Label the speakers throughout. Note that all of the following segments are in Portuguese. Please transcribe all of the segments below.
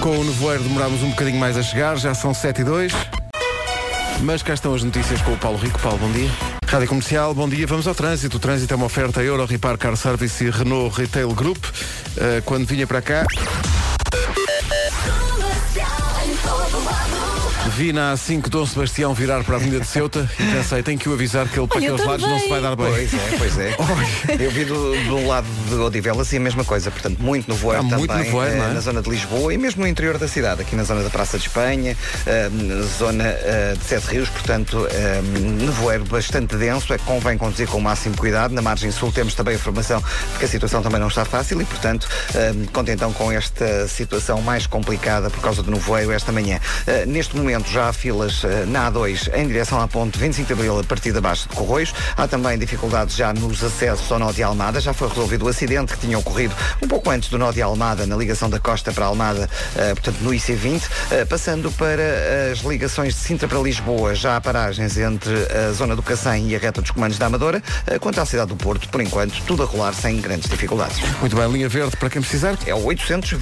Speaker 1: Com o nevoeiro demorámos um bocadinho mais a chegar, já são 7 e 2. Mas cá estão as notícias com o Paulo Rico. Paulo, bom dia. Rádio Comercial, bom dia. Vamos ao trânsito. O trânsito é uma oferta Euro Repar Car Service e Renault Retail Group. Eh, quando vinha para cá, vi na A5 Dom Sebastião virar para a Avenida de Ceuta e pensei, tenho que o avisar que ele para
Speaker 2: Olha, eu
Speaker 1: aqueles lados não se vai dar bem.
Speaker 3: Pois é, pois é. Eu vi do, do lado de Odivelas assim a mesma coisa. Portanto, muito nevoeiro
Speaker 1: Há muito
Speaker 3: também
Speaker 1: nevoeiro,
Speaker 3: eh,
Speaker 1: não é?
Speaker 3: na zona de Lisboa e mesmo no interior da cidade, aqui na zona da Praça de Espanha, eh, na zona eh, de Sete Rios, portanto, eh, nevoeiro bastante denso. É que convém conduzir com o máximo cuidado. Na margem sul temos também a informação de que a situação também não está fácil e, portanto, eh, conta então com esta situação mais complicada por causa do nevoeiro esta manhã. Eh, Neste momento já há filas eh, na A2 em direção à ponte 25 de Abril a partir da Baixa de Corroios. Há também dificuldades já nos acessos ao Nó de Almada. Já foi resolvido o acidente que tinha ocorrido um pouco antes do Nó de Almada, na ligação da Costa para Almada, eh, portanto no IC20. eh, Passando para as ligações de Sintra para Lisboa, já há paragens entre a zona do Cacém e a reta dos comandos da Amadora. Eh, Quanto à cidade do Porto, por enquanto, tudo a rolar sem grandes dificuldades.
Speaker 1: Muito bem, linha verde para quem precisar.
Speaker 3: É o 800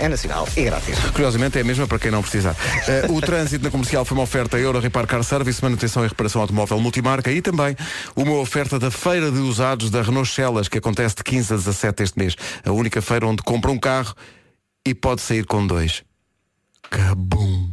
Speaker 3: é nacional e grátis.
Speaker 1: Curiosamente é a mesma para quem não precisar. Eh, o trânsito na comercial foi uma oferta Euro Repar Car Service, manutenção e reparação automóvel multimarca e também uma oferta da feira de usados da Renault Celas, que acontece de 15 a 17 este mês. A única feira onde compra um carro e pode sair com dois. Cabum!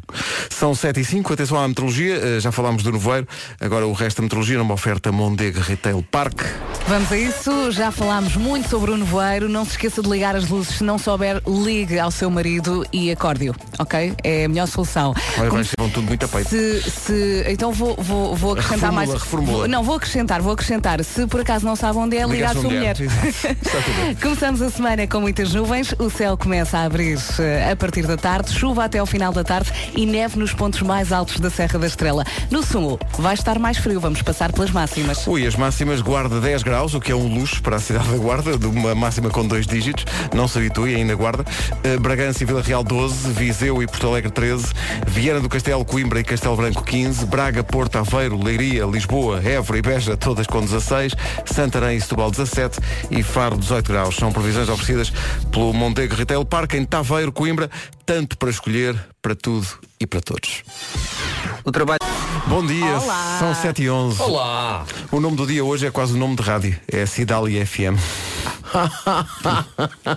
Speaker 1: São 7 e 5, atenção à metrologia, eh, já falámos do nevoeiro, agora o resto da metrologia numa oferta Mondego Retail Park.
Speaker 2: Vamos a isso, já falámos muito sobre o nevoeiro. Não se esqueça de ligar as luzes. Se não souber, ligue ao seu marido e acorde-o, ok? É a melhor solução.
Speaker 1: Olha,
Speaker 2: Como
Speaker 1: vai ser um tudo muito a peito.
Speaker 2: se, se- então vou, vou, vou acrescentar
Speaker 1: Reformula,
Speaker 2: mais.
Speaker 1: reformula.
Speaker 2: Vou- Não, vou acrescentar, vou acrescentar. Se por acaso não sabe onde é,
Speaker 1: Liga
Speaker 2: liga à
Speaker 1: à
Speaker 2: sua
Speaker 1: sua
Speaker 2: mulher.
Speaker 1: mulher. Exato. Está tudo bem.
Speaker 2: Começamos a semana com muitas nuvens, o céu começa a abrir-se a partir da tarde, chuva até ao final da tarde e neve nos pontos mais altos da Serra da Estrela. No sul, vai estar mais frio, vamos passar pelas máximas.
Speaker 1: Ui, as máximas guarda 10 graus, o que é um luxo para a cidade da Guarda, de uma máxima com dois dígitos, não se habitue, ainda guarda. Eh, Bragança e Vila Real 12, Viseu e Porto Alegre 13, Viana do Castelo, Coimbra e Castelo Branco 15, Braga, Porto, Aveiro, Leiria, Lisboa, Évora e Beja, todas com 16, Santarém e Setúbal 17 e Faro 18 graus. São previsões oferecidas pelo Mondego Retail Park em Taveiro, Coimbra, tanto para escolher, para tudo e para todos.
Speaker 3: O trabalho.
Speaker 1: Bom dia,
Speaker 2: Olá.
Speaker 1: são 7 e 11.
Speaker 4: Olá!
Speaker 1: O nome do dia hoje é quase o nome de rádio. É Cidália FM.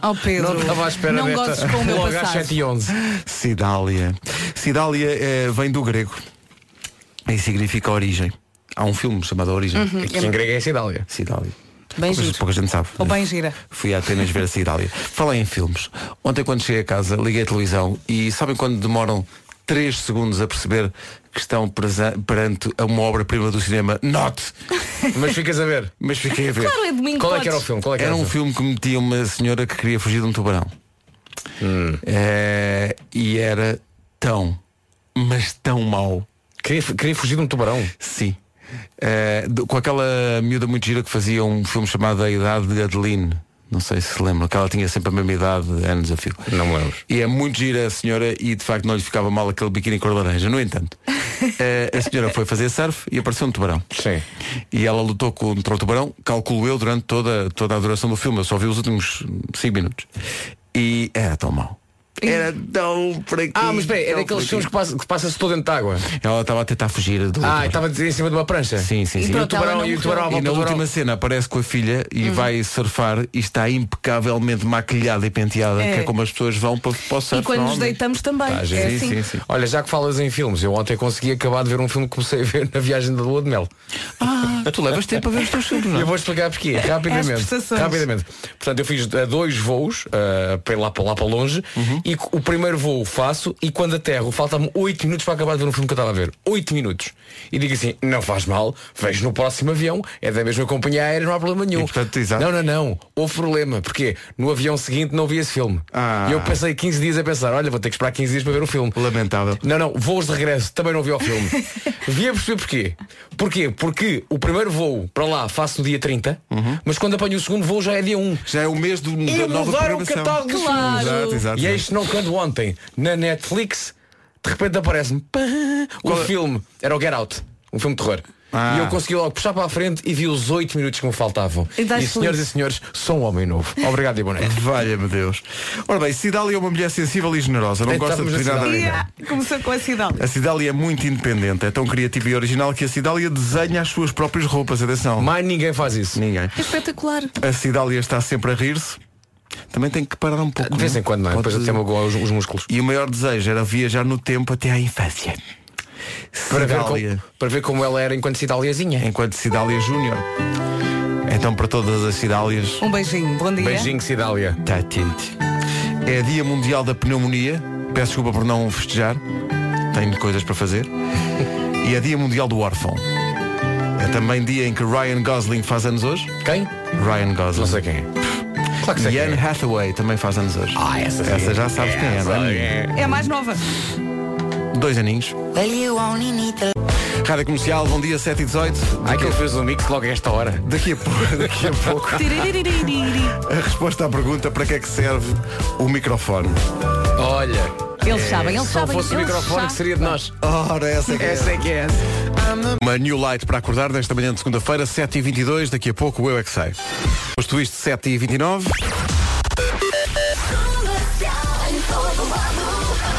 Speaker 2: Ao Pedro,
Speaker 4: Não estava à espera
Speaker 2: não
Speaker 4: desta.
Speaker 2: gozes com o meu
Speaker 4: Logo às
Speaker 2: passado.
Speaker 4: 7 e 11
Speaker 1: Cidália. Cidália eh, vem do grego e significa origem. Há um filme chamado Origem.
Speaker 4: Aqui em grego é Cidália.
Speaker 1: Cidália.
Speaker 2: Uhum. Bem
Speaker 1: Poucas-
Speaker 2: giro.
Speaker 1: pouca gente sabe.
Speaker 2: Ou bem gira.
Speaker 1: Fui a Atenas ver a Cidália. Falei em filmes. Ontem quando cheguei a casa, liguei a televisão e sabem quando demoram 3 segundos a perceber que estão presa- perante a uma obra-prima do cinema? Not!
Speaker 4: Mas ficas a ver.
Speaker 1: Mas fiquei a ver.
Speaker 2: Claro, é domingo.
Speaker 4: Qual é que era o
Speaker 2: podes.
Speaker 4: filme? Qual é que
Speaker 1: Era
Speaker 4: era,
Speaker 1: um
Speaker 4: o
Speaker 1: filme que metia uma senhora que queria fugir de um tubarão.
Speaker 4: Hum.
Speaker 1: Eh, e era tão, mas tão mau.
Speaker 4: Queria, queria fugir de um tubarão.
Speaker 1: Sim. Eh, do- com aquela miúda muito gira que fazia um filme chamado A Idade de Adeline. Não sei se se lembra, que ela tinha sempre a mesma idade, anos a fio.
Speaker 4: Não me lembro.
Speaker 1: E é muito gira a senhora e de facto não lhe ficava mal aquele biquíni cor laranja. No entanto, eh, a senhora foi fazer surf e apareceu um tubarão.
Speaker 4: Sim.
Speaker 1: E ela lutou contra o tubarão, calculo eu, durante toda, toda a duração do filme. Eu só vi os últimos 5 minutos. E era tão mau. Era tão fraquinho.
Speaker 4: Ah, mas espera, aí, é
Speaker 1: tão fraquinho.
Speaker 4: daqueles filmes que passa- que passa-se todo dentro de água.
Speaker 1: Ela estava a tentar fugir do.
Speaker 4: Ah,
Speaker 1: do-
Speaker 4: estava em cima de uma prancha.
Speaker 1: Sim, sim,
Speaker 2: E
Speaker 1: sim.
Speaker 4: E o
Speaker 2: pronto, ela
Speaker 4: tubarão
Speaker 2: não
Speaker 4: e o tubarão à
Speaker 1: E
Speaker 4: volta
Speaker 1: na
Speaker 4: do tubarão. Uhum.
Speaker 1: última cena aparece com a filha e vai surfar e está impecavelmente maquilhada e penteada,
Speaker 2: É.
Speaker 1: que é como as pessoas vão para, para o surf.
Speaker 2: E quando nos
Speaker 1: normalmente.
Speaker 2: deitamos também.
Speaker 1: Tá,
Speaker 2: é
Speaker 1: sim,
Speaker 2: assim.
Speaker 1: sim, sim.
Speaker 4: Olha, já que falas em filmes, eu ontem consegui acabar de ver um filme que comecei a ver na viagem da Lua de Mel.
Speaker 1: Ah, tu levas tempo a ver os teus filmes,
Speaker 4: E Eu
Speaker 1: não?
Speaker 4: vou explicar porquê,
Speaker 2: As
Speaker 4: rapidamente.
Speaker 2: prestações.
Speaker 4: rapidamente. Portanto, eu fiz eh, dois voos eh, para lá, para lá para longe
Speaker 1: Uhum.
Speaker 4: e co- o primeiro voo faço e quando aterro falta-me 8 minutos para acabar de ver um filme que eu estava a ver. 8 minutos. E digo assim, não faz mal, vejo no próximo avião, é da mesma companhia aérea, não há problema nenhum.
Speaker 1: E, portanto, exato.
Speaker 4: Não, não, não. Houve problema, porque no avião seguinte não vi esse filme.
Speaker 1: Ah.
Speaker 4: E eu passei 15 dias a pensar, olha, vou ter que esperar 15 dias para ver o filme.
Speaker 1: Lamentável.
Speaker 4: Não, não, voos de regresso, também não vi ao filme. vi a perceber porquê. Porquê? Porque o primeiro voo para lá faço no dia 30,
Speaker 1: Uhum.
Speaker 4: mas quando apanho o segundo voo já é dia 1.
Speaker 1: Já é o mês do,
Speaker 4: E
Speaker 1: da nova
Speaker 4: mudaram o
Speaker 1: programação.
Speaker 4: catálogo dos
Speaker 2: Claro.
Speaker 4: filmes.
Speaker 1: Exato, exato.
Speaker 4: E é isto não quando ontem, na Netflix, de repente aparece-me pá, o
Speaker 1: Qual é?
Speaker 4: filme. Era o Get Out, um filme de terror.
Speaker 1: Ah.
Speaker 4: E eu consegui logo puxar para a frente e vi os 8 minutos que me faltavam.
Speaker 2: E
Speaker 4: E,
Speaker 2: estás
Speaker 4: senhoras
Speaker 2: feliz.
Speaker 4: e senhores, sou um homem novo. Obrigado e boa noite.
Speaker 1: Valha-me Deus. Ora bem, Cidália é uma mulher sensível e generosa, não
Speaker 4: Então,
Speaker 1: gosta de
Speaker 4: mas a
Speaker 1: pedir nada a
Speaker 4: Cidália-
Speaker 1: ninguém.
Speaker 2: Yeah, ah, Começou com a cidade.
Speaker 1: A Cidália é muito independente, é tão criativa e original que a Cidália desenha as suas próprias roupas, atenção.
Speaker 4: Mais ninguém faz isso.
Speaker 1: Ninguém.
Speaker 2: É Espetacular.
Speaker 1: A Cidália está sempre a rir-se. Também tem que parar um pouco.
Speaker 4: De vez em quando não, é?
Speaker 1: Pode-
Speaker 4: depois até magoa os, os músculos.
Speaker 1: E o maior desejo era viajar no tempo até à infância.
Speaker 4: Para ver,
Speaker 1: Cidália,
Speaker 4: como, para ver como ela era enquanto italiazinha.
Speaker 1: enquanto Cidália Júnior. Então para todas as Cidálias,
Speaker 2: Um beijinho, bom dia.
Speaker 4: Beijinho, Cidália.
Speaker 1: está atente. Tá É Dia Mundial da Pneumonia. Peço desculpa por não festejar. Tenho coisas para fazer. E é Dia Mundial do Órfão. É também dia em que Ryan Gosling faz anos hoje.
Speaker 4: Quem?
Speaker 1: Ryan Gosling.
Speaker 4: Não sei quem é. Claro que sei
Speaker 1: E
Speaker 4: quem
Speaker 1: Anne
Speaker 4: é.
Speaker 1: Hathaway também faz anos hoje.
Speaker 4: Ah, essa sim.
Speaker 1: Essa já sabes quem é, não é?
Speaker 2: É a mais nova.
Speaker 1: Dois aninhos. Rádio Comercial, bom dia 7 e 18.
Speaker 4: Ai, que ele fez um mix logo a esta hora.
Speaker 1: Daqui a, pou- daqui a pouco a resposta à pergunta para que é que serve o microfone.
Speaker 4: Olha.
Speaker 2: Eles sabem, eles
Speaker 4: se
Speaker 2: sabem.
Speaker 4: não fosse o
Speaker 2: eles
Speaker 4: microfone,
Speaker 2: sabem.
Speaker 4: que seria de nós.
Speaker 1: Ora, essa é que é.
Speaker 4: Essa é que é essa.
Speaker 1: Uma new light para acordar nesta manhã de segunda-feira, 7 e 22. Daqui a pouco o Eu É Que Sei. Posto isto, 7 e 29.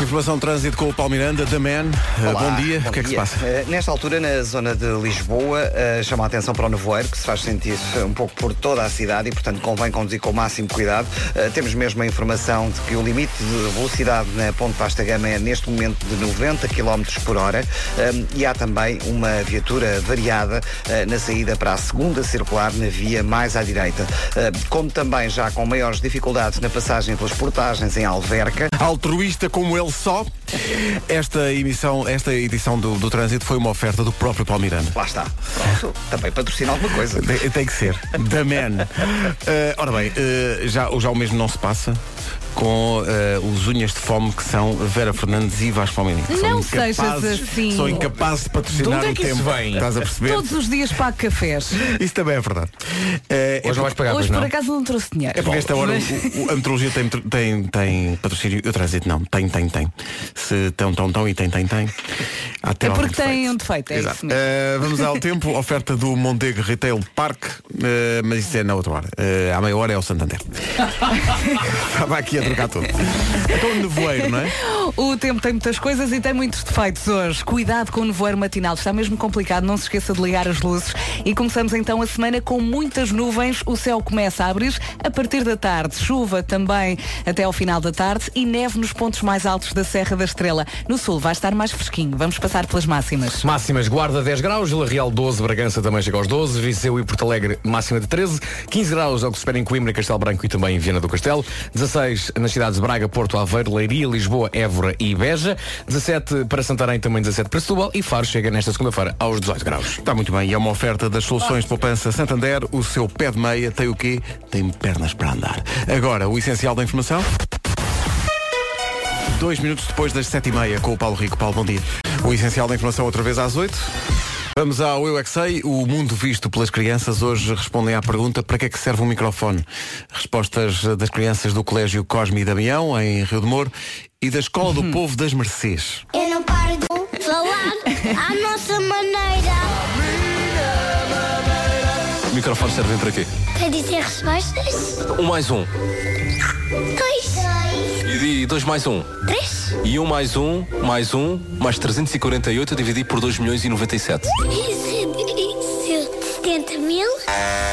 Speaker 1: Informação de trânsito com o Palmiranda, da Man. Uh,
Speaker 3: Olá,
Speaker 1: bom dia, o que é que se
Speaker 3: dia.
Speaker 1: passa?
Speaker 3: Eh, nesta altura, na zona de Lisboa, eh, chama a atenção para o nevoeiro, que se faz sentir eh, um pouco por toda a cidade e, portanto, convém conduzir com o máximo cuidado. Eh, temos mesmo a informação de que o limite de velocidade na Ponte Vasta Gama é, neste momento, de 90 km por hora eh, e há também uma viatura variada eh, na saída para a segunda circular na via mais à direita. Eh, como também já com maiores dificuldades na passagem pelas portagens em Alverca,
Speaker 1: altruísta como ele só. Esta emissão, esta edição do, do trânsito foi uma oferta do próprio Palmiranda.
Speaker 3: lá está. Pronto, também patrocina alguma coisa.
Speaker 1: Tem, tem que ser. da Man. Eh, ora bem, eh, já, já o mesmo não se passa com eh, os unhas de fome que são Vera Fernandes e Vasco Palmeirinho.
Speaker 2: Não sejas assim.
Speaker 1: São incapazes de patrocinar
Speaker 4: De onde é que
Speaker 1: o
Speaker 4: isso
Speaker 1: tempo.
Speaker 4: vem?
Speaker 1: Estás a perceber?
Speaker 2: Todos os dias pago cafés.
Speaker 1: Isso também é verdade. Eh, é
Speaker 4: Hoje não vais pagar, pois
Speaker 2: Hoje por
Speaker 4: não.
Speaker 2: acaso não trouxe dinheiro.
Speaker 1: É porque esta hora
Speaker 2: Mas-
Speaker 1: o- o- a metrologia tem, tem, tem patrocínio e o trânsito não. Tem, tem, tem. Se tão, tão, tão e tem, tem, tem. Há de ter
Speaker 2: É porque
Speaker 1: algum
Speaker 2: tem um defeito, é
Speaker 1: Exato.
Speaker 2: isso mesmo.
Speaker 1: Eh, vamos ao tempo, oferta do Mondego Retail Park, eh, mas isso é na outra hora. Eh, à meia hora é o Santander. Estava aqui a trocar tudo. Então nevoeiro, não é?
Speaker 2: O tempo tem muitas coisas e tem muitos defeitos hoje. Cuidado com o nevoeiro matinal, está mesmo complicado, não se esqueça de ligar as luzes. E começamos então a semana com muitas nuvens, o céu começa a abrir a partir da tarde, chuva também até ao final da tarde e neve nos pontos mais altos da Serra da Estrela. No sul vai estar mais fresquinho, vamos passar pelas máximas.
Speaker 4: Máximas Guarda 10 graus, Vila Real 12, Bragança também chega aos 12, Viseu e Porto Alegre máxima de 13, 15 graus é o que se espera em Coimbra, Castelo Branco e também em Viana do Castelo, 16 nas cidades de Braga, Porto, Aveiro, Leiria, Lisboa, Évora e Beja, 17 para Santarém, também 17 para Setúbal e Faro chega nesta segunda-feira aos 18 graus.
Speaker 1: Está muito bem. E é uma oferta das soluções de poupança Santander. O seu pé de meia tem o quê? Tem pernas para andar. Agora, o essencial da informação. Dois minutos depois das sete e meia com o Paulo Rico. Paulo, bom dia. O essencial da informação outra vez às oito. Vamos ao Eu é Que Sei, o mundo visto pelas crianças. Hoje respondem à pergunta para que é que serve um microfone. Respostas das crianças do Colégio Cosme e Damião, em Rio de Moro, e da Escola
Speaker 4: Uhum.
Speaker 1: do Povo das Mercês.
Speaker 5: Eu não paro de falar à nossa maneira.
Speaker 6: Microfones servem para quê?
Speaker 5: Para dizer respostas?
Speaker 6: Um mais um.
Speaker 5: Dois.
Speaker 6: E di- dois mais um.
Speaker 5: Três.
Speaker 6: E um mais um, mais um, mais 348 a dividir por 2 milhões e 97.
Speaker 5: Isso, isso, 70 mil.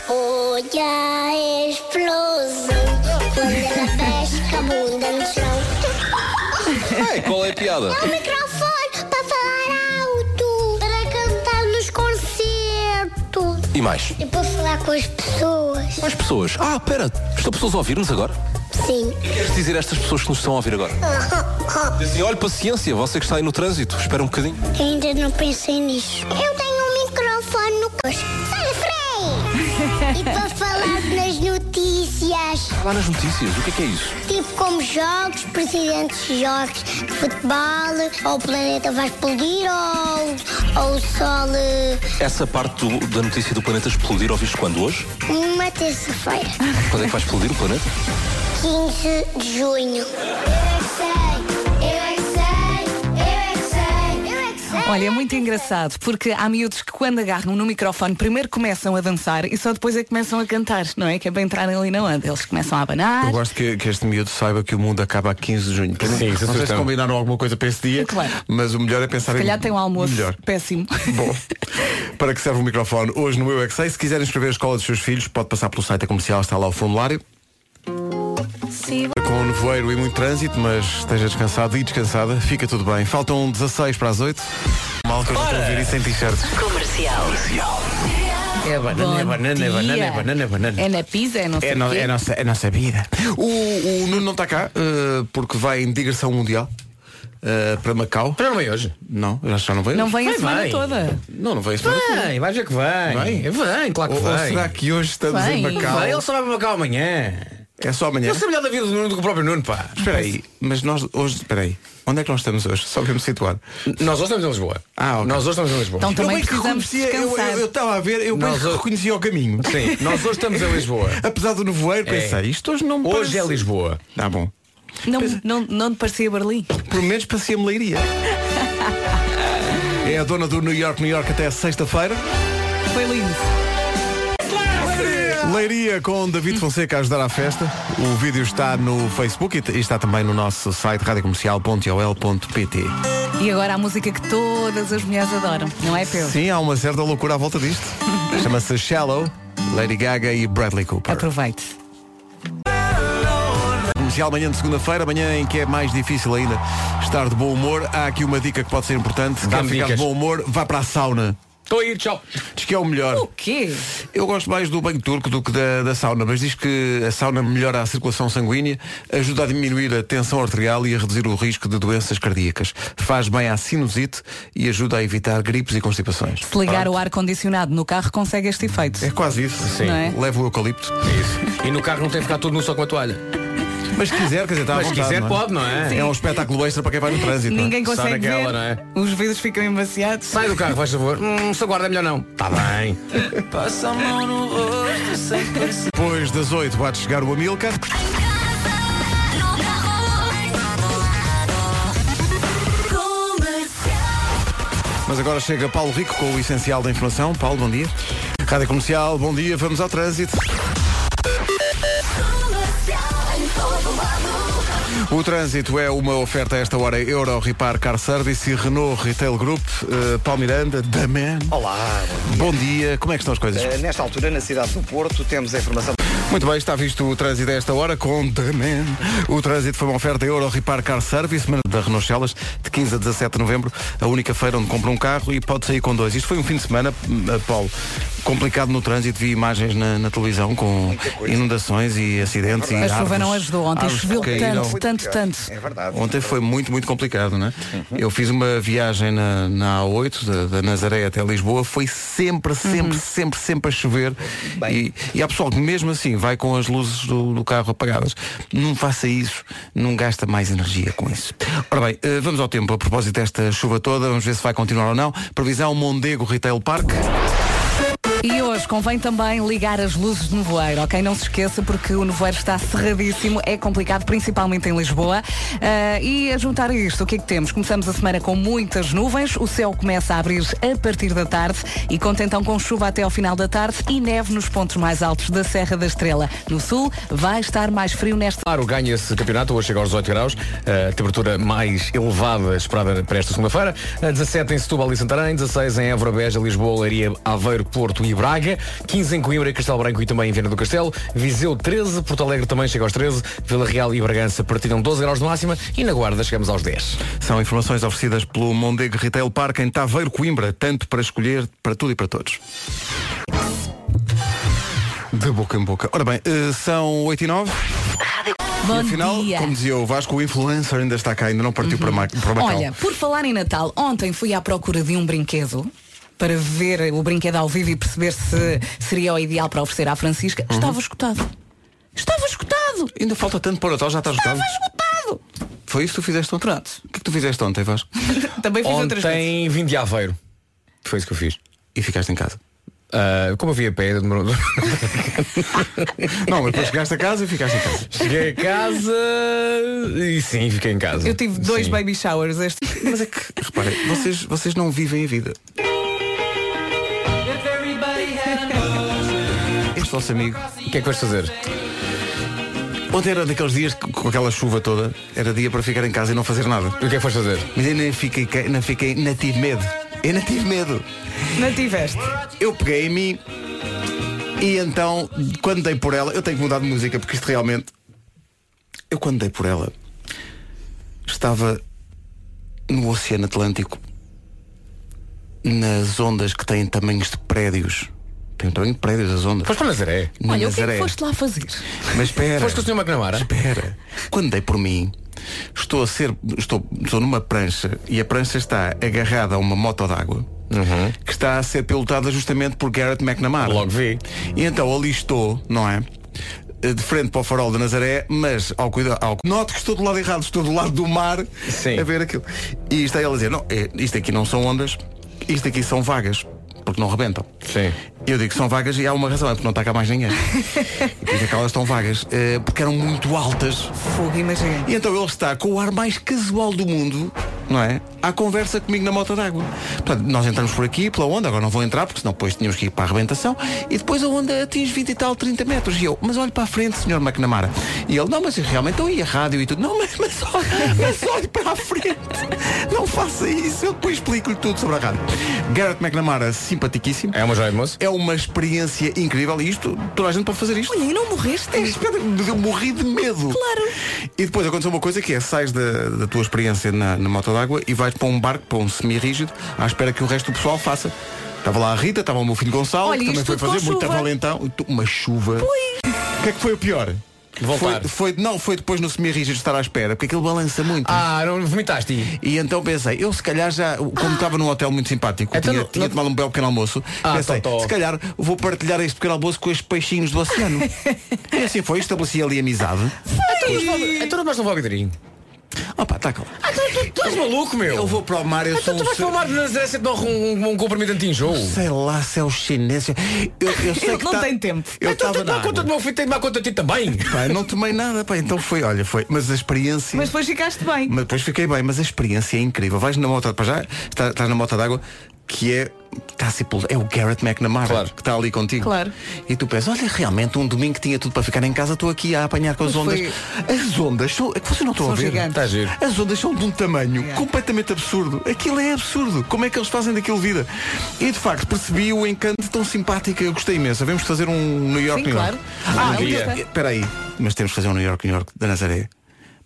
Speaker 5: Olha a explosão. Olha a pesca, bunda no chão.
Speaker 6: Ei, qual é a piada?
Speaker 5: É um microfone para falar alto. Para cantar nos concertos.
Speaker 6: E mais?
Speaker 5: E para falar com as pessoas.
Speaker 6: Mais pessoas. Ah, pera, estão pessoas a ouvir-nos agora?
Speaker 5: Sim.
Speaker 6: Queres dizer a estas pessoas que nos estão a ouvir agora? Diz assim, olha, paciência, você que está aí no trânsito, espera um bocadinho.
Speaker 5: Ainda não pensei nisso. Eu tenho um microfone no coxo. Sai da frente! e para falar nas notícias,
Speaker 6: Lá nas notícias, o que é que é isso?
Speaker 5: tipo como jogos, presidentes de jogos de futebol, ou o planeta vai explodir, ou, ou o sol eh,
Speaker 6: Essa parte do- da notícia do planeta explodir ouviste quando hoje?
Speaker 5: uma terça-feira,
Speaker 6: Quando é que vai explodir o planeta?
Speaker 5: 15 de junho. Eu é que sei, eu é que sei, eu é que sei, eu é que sei.
Speaker 2: Olha, é muito engraçado, porque há miúdos que quando agarram no microfone, primeiro começam a dançar e só depois é que começam a cantar, não é? Que é para entrarem ali na onda. Eles começam a abanar.
Speaker 1: Eu gosto que, que este miúdo saiba que o mundo acaba a 15 de junho.
Speaker 4: Sim,
Speaker 1: não
Speaker 4: isso
Speaker 1: sei se
Speaker 4: assusta-me.
Speaker 1: combinaram alguma coisa para esse dia,
Speaker 2: Claro.
Speaker 1: mas o melhor é pensar
Speaker 2: Se calhar
Speaker 1: em...
Speaker 2: tem um almoço
Speaker 1: Melhor.
Speaker 2: péssimo.
Speaker 1: Bom, para que serve o microfone? Hoje no Eu é que Sei. se quiser inscrever a escola dos seus filhos, pode passar pelo site da comercial, está lá o formulário. Com o nevoeiro e muito trânsito, mas esteja descansado e descansada, fica tudo bem. Faltam 16 para as 8. Mal que eu já estou a ouvir isso em t-shirt.
Speaker 4: É banana, é
Speaker 2: Bom
Speaker 4: banana, é banana, é
Speaker 2: dia.
Speaker 4: banana, é banana.
Speaker 2: É na pizza, é não sei
Speaker 1: É,
Speaker 2: o
Speaker 1: no-
Speaker 2: quê.
Speaker 1: é nossa, é nossa vida. O, o Nuno não está cá eh, porque vai em digressão mundial eh, para Macau.
Speaker 4: Mas não vem hoje.
Speaker 1: Não, eu acho que já não veio.
Speaker 2: Não Ah, vem a
Speaker 4: Vai,
Speaker 2: semana
Speaker 4: vai.
Speaker 2: toda.
Speaker 1: Não, não veio isso.
Speaker 4: Vem, vai ver que vem.
Speaker 1: Vem?
Speaker 4: Vem, claro que
Speaker 1: Ou, ou
Speaker 4: vem.
Speaker 1: será que hoje estamos em
Speaker 2: Vem.
Speaker 1: Macau?
Speaker 4: Vem, ele só vai para Macau amanhã.
Speaker 1: É só amanhã.
Speaker 4: Eu sei melhor da vida do Nuno do que o próprio Nuno, pá.
Speaker 1: Espera aí, mas nós hoje, espera aí, onde é que nós estamos hoje? Só para me situar.
Speaker 4: Nós hoje estamos em Lisboa.
Speaker 1: Ah, ok.
Speaker 4: Nós hoje estamos em Lisboa.
Speaker 2: Então também
Speaker 1: bem que
Speaker 2: precisamos
Speaker 1: reconhecia- eu-
Speaker 2: descansar.
Speaker 1: eu- Eu estava a ver, eu bem
Speaker 4: Nós
Speaker 1: que
Speaker 4: hoje-
Speaker 1: reconhecia o caminho.
Speaker 4: Sim, nós hoje estamos em Lisboa.
Speaker 1: Apesar do nevoeiro,
Speaker 4: É.
Speaker 1: pensei, isto hoje não me
Speaker 4: Hoje
Speaker 1: parece-
Speaker 4: é Lisboa.
Speaker 1: Ah, bom.
Speaker 2: Não, não, não te parecia Berlim?
Speaker 1: Pelo menos passei-me leiria. É a dona do New York, New York até sexta-feira.
Speaker 2: Foi lindo. É.
Speaker 1: Leiria com David Fonseca a ajudar à festa. O vídeo está no Facebook e t- e está também no nosso site radiocomercial.ol.pt.
Speaker 2: E agora a música que todas as mulheres adoram, não é, Pedro?
Speaker 1: Sim, há uma certa loucura à volta disto. Chama-se Shallow, Lady Gaga e Bradley Cooper.
Speaker 2: Aproveite.
Speaker 1: Comercial amanhã de segunda-feira, amanhã em que é mais difícil ainda estar de bom humor. Há aqui uma dica que pode ser importante. Quer
Speaker 4: Dá-me
Speaker 1: ficar de
Speaker 4: dicas.
Speaker 1: bom humor, vá para a sauna.
Speaker 4: Estou a ir, tchau.
Speaker 1: Diz que é o melhor.
Speaker 2: O quê?
Speaker 1: Eu gosto mais do banho turco do que da, da sauna, mas diz que a sauna melhora a circulação sanguínea, ajuda a diminuir a tensão arterial e a reduzir o risco de doenças cardíacas. Faz bem à sinusite e ajuda a evitar gripes e constipações.
Speaker 2: Se ligar o ar-condicionado no carro consegue este efeito.
Speaker 1: É quase isso.
Speaker 4: Sim.
Speaker 2: Não é?
Speaker 1: Leva o eucalipto.
Speaker 4: É isso. E no carro não tem que ficar todo nu só com a toalha.
Speaker 1: Mas se quiser, quer dizer, está à
Speaker 4: Mas
Speaker 1: vontade,
Speaker 4: quiser
Speaker 1: não é?
Speaker 4: pode, não é?
Speaker 1: É um espetáculo extra para quem vai no trânsito. não é?
Speaker 2: Ninguém
Speaker 4: Só
Speaker 2: consegue
Speaker 4: naquela,
Speaker 2: ver.
Speaker 4: não é?
Speaker 2: Os vidros ficam embaciados.
Speaker 4: Sai do carro, faz favor. Hum, se aguarda é melhor não. Está bem.
Speaker 1: Depois das 8 vai chegar o Amilcar. Mas agora chega Paulo Rico com o essencial da informação. Paulo, bom dia. Rádio Comercial, bom dia. Vamos ao trânsito. O trânsito é uma oferta a esta hora Euro Repar Car Service e Renault Retail Group. Eh, Paulo Miranda, da Man.
Speaker 3: Olá.
Speaker 1: Bom dia. Como é que estão as coisas?
Speaker 3: Eh, nesta altura, na cidade do Porto, temos a informação.
Speaker 1: Muito bem, está visto o trânsito a esta hora com The Man. O trânsito foi uma oferta Euro Repar Car Service mas da Renault Celas de 15 a 17 de novembro, a única feira onde compra um carro e pode sair com dois. Isto foi um fim de semana, hum, Paulo, complicado no trânsito, vi imagens na, na televisão com
Speaker 3: coisa.
Speaker 1: inundações e acidentes e
Speaker 2: A chuva
Speaker 1: árvores-
Speaker 2: não ajudou ontem,
Speaker 1: árvores que
Speaker 2: choveu
Speaker 1: caíram.
Speaker 2: Tanto, tanto, tanto.
Speaker 3: É verdade. Uhum.
Speaker 1: Ontem foi muito, muito complicado, não é? Eu fiz uma viagem na, na A8, da, da Nazaré até Lisboa, foi sempre,
Speaker 3: Uhum.
Speaker 1: sempre, sempre, sempre a chover. E, e há pessoal que mesmo assim vai com as luzes do, do carro apagadas. Não faça isso, não gasta mais energia com isso. Ora bem, eh, vamos ao tempo. A propósito desta chuva toda, vamos ver se vai continuar ou não. Previsão Mondego Retail Park.
Speaker 2: E hoje convém também ligar as luzes do nevoeiro, ok? Não se esqueça porque o nevoeiro está cerradíssimo, é complicado, principalmente em Lisboa. Ah, e a juntar a isto, o que é que temos? Começamos a semana com muitas nuvens, o céu começa a abrir a partir da tarde e conta então com chuva até ao final da tarde e neve nos pontos mais altos da Serra da Estrela. No sul vai estar mais frio nesta
Speaker 4: Faro ganha esse campeonato, hoje chega aos 18 graus, a temperatura mais elevada esperada para esta segunda-feira, A 17 em Setúbal e Santarém, 16 em Évora, Beja, Lisboa, Leiria, Aveiro, Porto e Braga, 15 em Coimbra, Castelo Branco e também em Viana do Castelo, Viseu 13, Porto Alegre também chega aos 13, Vila Real e Bragança partilham 12 graus de máxima e na Guarda chegamos aos 10.
Speaker 1: São informações oferecidas pelo Mondego Retail Park em Taveiro, Coimbra, tanto para escolher para tudo e para todos. De boca em boca. Ora bem, eh, são 8 e 9
Speaker 2: Bom
Speaker 1: e afinal,
Speaker 2: dia. Uhum.
Speaker 1: como dizia o Vasco, o influencer ainda está cá, ainda não partiu para, Ma- para Macau.
Speaker 2: Olha, por falar em Natal, ontem fui à procura de um brinquedo para ver o brinquedo ao vivo e perceber se seria o ideal para oferecer à Francisca. Estava escutado. Estava escutado.
Speaker 1: Ainda falta tanto para o Natal, já está esgotado.
Speaker 2: Estava escutado.
Speaker 1: Foi isso que tu fizeste ontem? O que é que tu fizeste ontem, Vasco?
Speaker 2: Também fiz outras coisas.
Speaker 4: Ontem vim de Aveiro, foi isso que eu fiz.
Speaker 1: E ficaste em casa.
Speaker 4: Ah, como eu vim a pé, demorou...
Speaker 1: Não, mas depois chegaste a casa e ficaste em casa.
Speaker 4: cheguei a casa e sim, fiquei em casa.
Speaker 2: Eu tive dois
Speaker 4: Sim.
Speaker 2: baby showers este.
Speaker 1: Mas é que, reparem, vocês, vocês não vivem a vida. Este nosso amigo.
Speaker 4: O que é que vais fazer?
Speaker 1: Ontem era daqueles dias que, com aquela chuva toda, era dia para ficar em casa e não fazer nada.
Speaker 4: O que é que vais fazer?
Speaker 1: Mas eu nem fiquei, ca- não fiquei, não tive medo. Eu não tive medo.
Speaker 2: Não tiveste.
Speaker 1: Eu peguei em mim e então, quando dei por ela, eu tenho que mudar de música porque isto realmente. Eu quando dei por ela, estava no Oceano Atlântico, nas ondas que têm tamanhos de prédios. Tem o tamanho de prédios as ondas.
Speaker 4: Foste para Nazaré?
Speaker 1: Na
Speaker 2: Olha, o que é que
Speaker 1: Nazaré.
Speaker 2: foste lá fazer?
Speaker 1: Mas espera.
Speaker 4: Foste com o Sr. McNamara?
Speaker 1: Espera. Quando dei por mim, estou a ser. Estou, estou numa prancha e a prancha está agarrada a uma moto d'água que está a ser pilotada justamente por Garrett McNamara.
Speaker 4: Uhum. Logo vi.
Speaker 1: E então ali estou, não é? De frente para o farol de Nazaré, mas ao cuidado, ao... noto que estou do lado errado, estou do lado do mar
Speaker 4: Sim.
Speaker 1: a ver aquilo. E está ele a dizer, não, é, isto aqui não são ondas, isto aqui são vagas, porque não rebentam.
Speaker 4: Sim.
Speaker 1: Eu digo que são vagas e há uma razão, é porque não está cá mais ninguém. Eu digo que elas estão vagas, eh, porque eram muito altas.
Speaker 2: Fogo, imagina.
Speaker 1: E então ele está com o ar mais casual do mundo, não é? À conversa comigo na moto d'água. Portanto, nós entramos por aqui, pela onda, agora não vou entrar, porque senão depois tínhamos que ir para a arrebentação, e depois a onda atinge 20 e tal, 30 metros. E eu, mas olhe para a frente, Sr. McNamara. E ele, não, mas realmente eu ia rádio e tudo. Não, mas, mas, olhe, mas olhe para a frente. Não faça isso, eu depois explico-lhe tudo sobre a rádio. Garrett McNamara, simpaticíssimo.
Speaker 4: É uma joia de moço?
Speaker 1: É uma experiência incrível e isto, toda a gente pode fazer isto.
Speaker 2: Olha, e não morreste?
Speaker 1: É espetacular. Eu morri de medo.
Speaker 2: Claro.
Speaker 1: E depois aconteceu uma coisa que é, sais da, da tua experiência na, na moto d'água e vais para um barco, para um semi-rígido, à espera que o resto do pessoal faça. Estava lá a Rita, estava o meu filho Gonçalo,
Speaker 2: Olha,
Speaker 1: que também
Speaker 2: isto
Speaker 1: foi
Speaker 2: tudo com
Speaker 1: fazer, muito
Speaker 2: chuva.
Speaker 1: valentão. Uma chuva. O que é que foi o pior?
Speaker 4: Voltar.
Speaker 1: Foi, foi- não, foi depois no semi-rígido estar à espera, porque aquilo balança muito. é?
Speaker 4: Ah, não vomitaste?
Speaker 1: E então pensei, eu se calhar já, como estava num hotel muito simpático,
Speaker 4: Então
Speaker 1: tinha,
Speaker 4: não-
Speaker 1: tinha
Speaker 4: não-
Speaker 1: tomado um belo pequeno almoço,
Speaker 4: Ah,
Speaker 1: pensei,
Speaker 4: tó, tó.
Speaker 1: se calhar vou partilhar este pequeno almoço com estes peixinhos do oceano. e assim foi, estabeleci ali amizade.
Speaker 4: Então não vais levar o vidrinho.
Speaker 1: Opa, tá calma.
Speaker 2: Então,
Speaker 4: Tu és maluco, meu?
Speaker 1: Eu vou para o mar, eu
Speaker 4: Então
Speaker 1: sou um
Speaker 4: tu vais
Speaker 1: ser-
Speaker 4: para o mar de Nazaré sempre dar um, um, um comprimido anti-enjoo.
Speaker 1: Sei lá se é o chinês. Eu, eu sei
Speaker 2: Ele
Speaker 1: que
Speaker 2: não
Speaker 1: tá-
Speaker 2: tem tempo.
Speaker 1: Eu
Speaker 4: Então
Speaker 1: estava
Speaker 4: tem que
Speaker 1: na
Speaker 4: tomar conta do
Speaker 1: água.
Speaker 4: meu filho, tem que tomar conta de ti também.
Speaker 1: Pá, não tomei nada, pá. Então foi, olha, foi. Mas a experiência.
Speaker 2: Mas depois ficaste bem.
Speaker 1: Mas depois fiquei bem, mas a experiência é incrível. Vais na moto, para já, está- estás na moto d'água, que é. Está a ser pul- é o Garrett McNamara
Speaker 4: Claro.
Speaker 1: que está ali contigo.
Speaker 2: Claro.
Speaker 1: E tu pensas, olha, realmente um domingo que tinha tudo para ficar em casa, estou aqui a apanhar com as
Speaker 2: Mas
Speaker 1: ondas.
Speaker 2: foi-
Speaker 1: As ondas são. É que vocês não estão
Speaker 2: São
Speaker 1: a ver.
Speaker 2: gigantes.
Speaker 4: Tá giro.
Speaker 1: As ondas são de um tamanho
Speaker 2: Yeah.
Speaker 1: completamente absurdo. Aquilo é absurdo. Como é que eles fazem daquilo vida? E de facto percebi o encanto tão simpático. Eu gostei imenso. Havemos de fazer um New York, New
Speaker 2: claro.
Speaker 1: York. Ah,
Speaker 2: Um dia.
Speaker 1: mas- espera aí. Mas temos que fazer um New York, New York da Nazaré.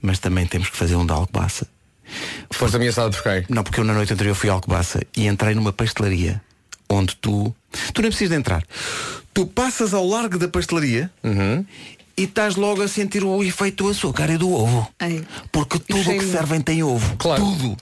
Speaker 1: Mas também temos que fazer um da Alcobaça.
Speaker 4: Foste ameaçado por quem?
Speaker 1: Não, porque eu na noite anterior fui a Alcobaça e entrei numa pastelaria onde tu. Tu nem precisas de entrar. Tu passas ao largo da pastelaria
Speaker 4: Uhum.
Speaker 1: e estás logo a sentir o efeito do açúcar e do ovo.
Speaker 2: Ai.
Speaker 1: Porque tudo o que
Speaker 2: cheirinho.
Speaker 1: servem tem ovo.
Speaker 4: Claro.
Speaker 1: Tudo.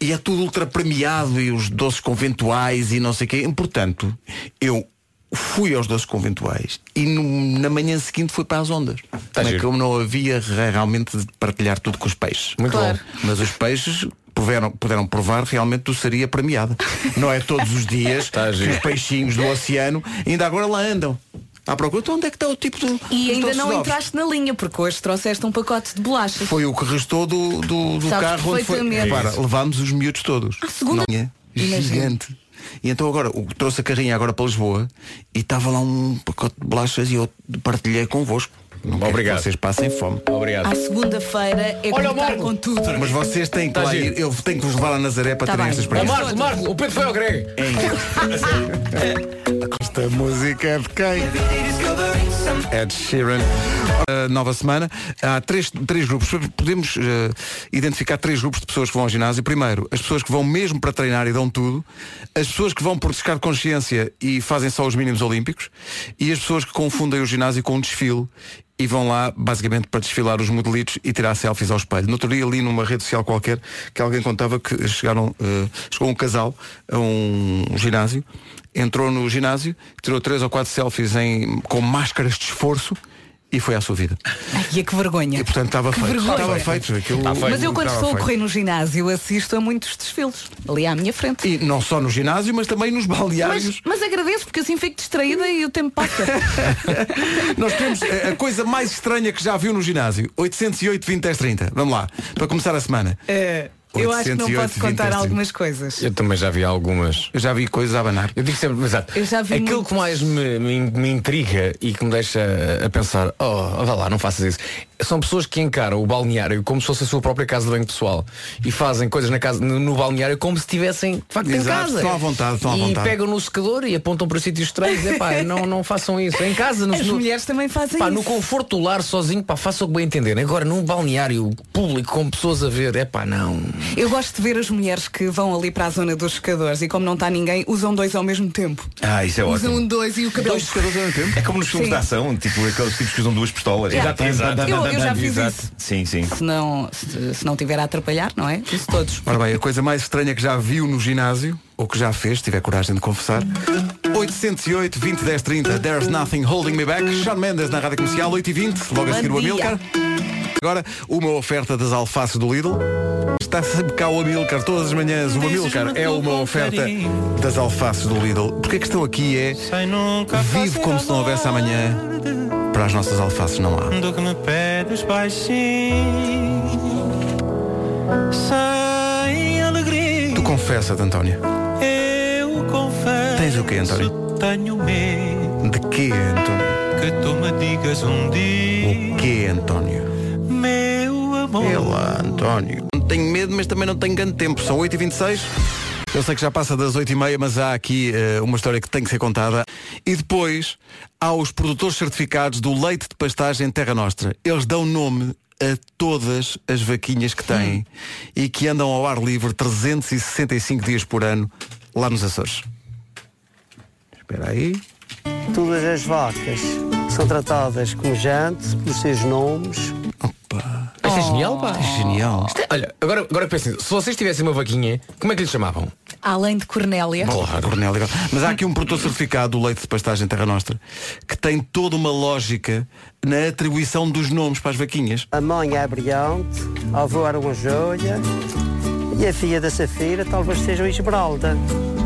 Speaker 1: E é tudo ultra premiado e os doces conventuais e não sei o quê. E, Portanto, eu fui aos doces conventuais e no- na manhã seguinte fui para as ondas. Como é
Speaker 4: Tá giro.
Speaker 1: que eu não havia realmente de partilhar tudo com os peixes.
Speaker 4: Muito
Speaker 2: Claro.
Speaker 4: bom.
Speaker 1: Mas os peixes puderam, puderam provar realmente tu seria premiada. Não é todos os dias
Speaker 4: Tá
Speaker 1: que
Speaker 4: giro.
Speaker 1: os peixinhos do oceano ainda agora lá andam. À procura, então onde é que está o tipo do.
Speaker 2: E
Speaker 1: dos
Speaker 2: ainda
Speaker 1: doces
Speaker 2: não
Speaker 1: novos?
Speaker 2: entraste na linha, porque hoje trouxeste um pacote de bolachas.
Speaker 1: Foi o que restou do, do, do
Speaker 2: Sabes
Speaker 1: carro onde foi.
Speaker 2: perfeitamente.
Speaker 1: Repara, levámos os miúdos todos.
Speaker 2: À segunda-
Speaker 1: Não é?
Speaker 2: Imagino.
Speaker 1: Gigante. E então agora, o- trouxe a carrinha agora para Lisboa e estava lá um pacote de bolachas e eu partilhei convosco. Não quero que
Speaker 4: Obrigado.
Speaker 1: Vocês passem fome.
Speaker 4: Obrigado.
Speaker 2: À segunda-feira é
Speaker 4: Olha o
Speaker 2: contar
Speaker 4: Marco.
Speaker 2: com tudo.
Speaker 1: Mas vocês têm que
Speaker 4: Tá
Speaker 1: lá
Speaker 4: giro.
Speaker 1: ir. Eu tenho que vos levar a Nazaré para
Speaker 2: Tá
Speaker 1: terem
Speaker 2: bem.
Speaker 1: esta
Speaker 4: Ó,
Speaker 1: experiência.
Speaker 4: Marco, Marco, o Pedro foi ao Greg.
Speaker 1: Esta música é de quem? Ed Sheeran. Uh, nova semana. Há três, três grupos. Podemos uh, identificar três grupos de pessoas que vão ao ginásio. Primeiro, as pessoas que vão mesmo para treinar e dão tudo. As pessoas que vão por descargo de consciência e fazem só os mínimos olímpicos. E as pessoas que confundem o ginásio com um desfile e vão lá basicamente para desfilar os modelitos e tirar selfies ao espelho. No outro dia li numa rede social qualquer que alguém contava que chegaram, eh, chegou um casal a um ginásio, entrou no ginásio, tirou três ou quatro selfies em, com máscaras de esforço e foi à sua vida.
Speaker 2: Ai, é que vergonha.
Speaker 1: E portanto um estava
Speaker 2: Que
Speaker 1: feito.
Speaker 2: vergonha.
Speaker 1: Estava feito. Aquilo,
Speaker 2: Mas eu
Speaker 1: estava
Speaker 2: quando estou a
Speaker 1: feito.
Speaker 2: correr no ginásio assisto a muitos desfiles ali à minha frente.
Speaker 1: E não só no ginásio, mas também nos
Speaker 2: Mas,
Speaker 1: balneários.
Speaker 2: mas agradeço porque assim fico distraída e o tempo passa.
Speaker 1: Nós temos eh, a a coisa mais estranha que já viu no ginásio. 808 20 10 30. Vamos lá, para começar a semana.
Speaker 2: Eh, eu acho que não
Speaker 1: 808,
Speaker 2: posso contar
Speaker 1: 20,
Speaker 2: algumas coisas.
Speaker 4: Eu também já vi algumas.
Speaker 1: Eu já vi coisas a abanar.
Speaker 4: Eu digo sempre, mas exato.
Speaker 2: Eu já vi
Speaker 4: aquilo
Speaker 2: muitos.
Speaker 4: que mais me, me- me intriga e que me deixa a pensar, oh, vá lá, não faças isso. São pessoas que encaram o balneário como se fosse a sua própria casa de banho pessoal e fazem coisas na casa, no, no balneário como se estivessem de facto em
Speaker 1: Exato,
Speaker 4: casa.
Speaker 1: estão à vontade, estão à
Speaker 4: e
Speaker 1: vontade.
Speaker 4: pegam no secador e apontam para sítios estranhos. Epá, não, não façam isso. Em casa, nos,
Speaker 2: As
Speaker 4: no-
Speaker 2: mulheres também fazem
Speaker 4: pá,
Speaker 2: isso.
Speaker 4: no conforto do lar sozinho, pá, façam o que bem entenderem. Agora, num balneário público com pessoas a ver, epá, não.
Speaker 2: Eu gosto de ver as mulheres que vão ali para a zona dos secadores e como não está ninguém, usam dois ao mesmo tempo.
Speaker 7: Ah, isso é
Speaker 2: Usam
Speaker 7: ótimo.
Speaker 2: um dois e o cabelo.
Speaker 7: É como nos filmes
Speaker 2: Sim.
Speaker 7: de ação, tipo aqueles tipos que usam duas pistolas.
Speaker 2: Yeah. Exato. Eu- eu já fiz
Speaker 7: Exato.
Speaker 2: isso.
Speaker 7: Sim, sim.
Speaker 2: Se não, se, se não tiver a atrapalhar, não é? Isso todos.
Speaker 1: Ora bem, a coisa mais estranha que já viu no ginásio, ou que já fez, se tiver coragem de confessar. 808 20 10 30. There's nothing holding me back. Sean Mendes na rádio comercial 8 e 20. Logo a
Speaker 2: Bom
Speaker 1: seguir o
Speaker 2: dia.
Speaker 1: Amilcar. Agora, uma oferta das alfaces do Lidl. Está sempre cá o Amilcar todas as manhãs. O Amilcar é
Speaker 2: um
Speaker 1: uma oferta das alfaces do Lidl. Porque a questão aqui é vive como se não houvesse amanhã. Para as nossas alfaces não há.
Speaker 8: Do que me pedes baixinho Sem alegria
Speaker 1: Tu confessas, António.
Speaker 8: Eu confesso
Speaker 1: Tens o quê, António?
Speaker 8: Tenho medo
Speaker 1: De quê, António?
Speaker 8: Que tu me digas um dia
Speaker 1: O quê, António?
Speaker 8: Meu amor
Speaker 1: É lá, António. Não tenho medo, mas também não tenho grande tempo. São 8h26. Eu sei que já passa das 8h30, mas há aqui eh, uma história que tem que ser contada. E depois há os produtores certificados do leite de pastagem Terra Nostra. Eles dão nome a todas as vaquinhas que têm e que andam ao ar livre 365 dias por ano lá nos Açores. Espera aí.
Speaker 9: Todas as vacas são tratadas como gente, pelos seus nomes.
Speaker 4: Isto é genial,
Speaker 1: Oh.
Speaker 4: pá.
Speaker 2: Oh.
Speaker 1: Genial.
Speaker 4: Isto é- Olha, agora, agora pensem, se vocês tivessem uma vaquinha, como é que lhe chamavam?
Speaker 2: Além de Cornélia.
Speaker 1: Cornélia. Mas há aqui um produtor certificado do leite de pastagem Terra Nostra que tem toda uma lógica na atribuição dos nomes para as vaquinhas.
Speaker 9: A mãe é a brilhante, a avó era uma joia e a filha da Safira talvez seja uma esmeralda.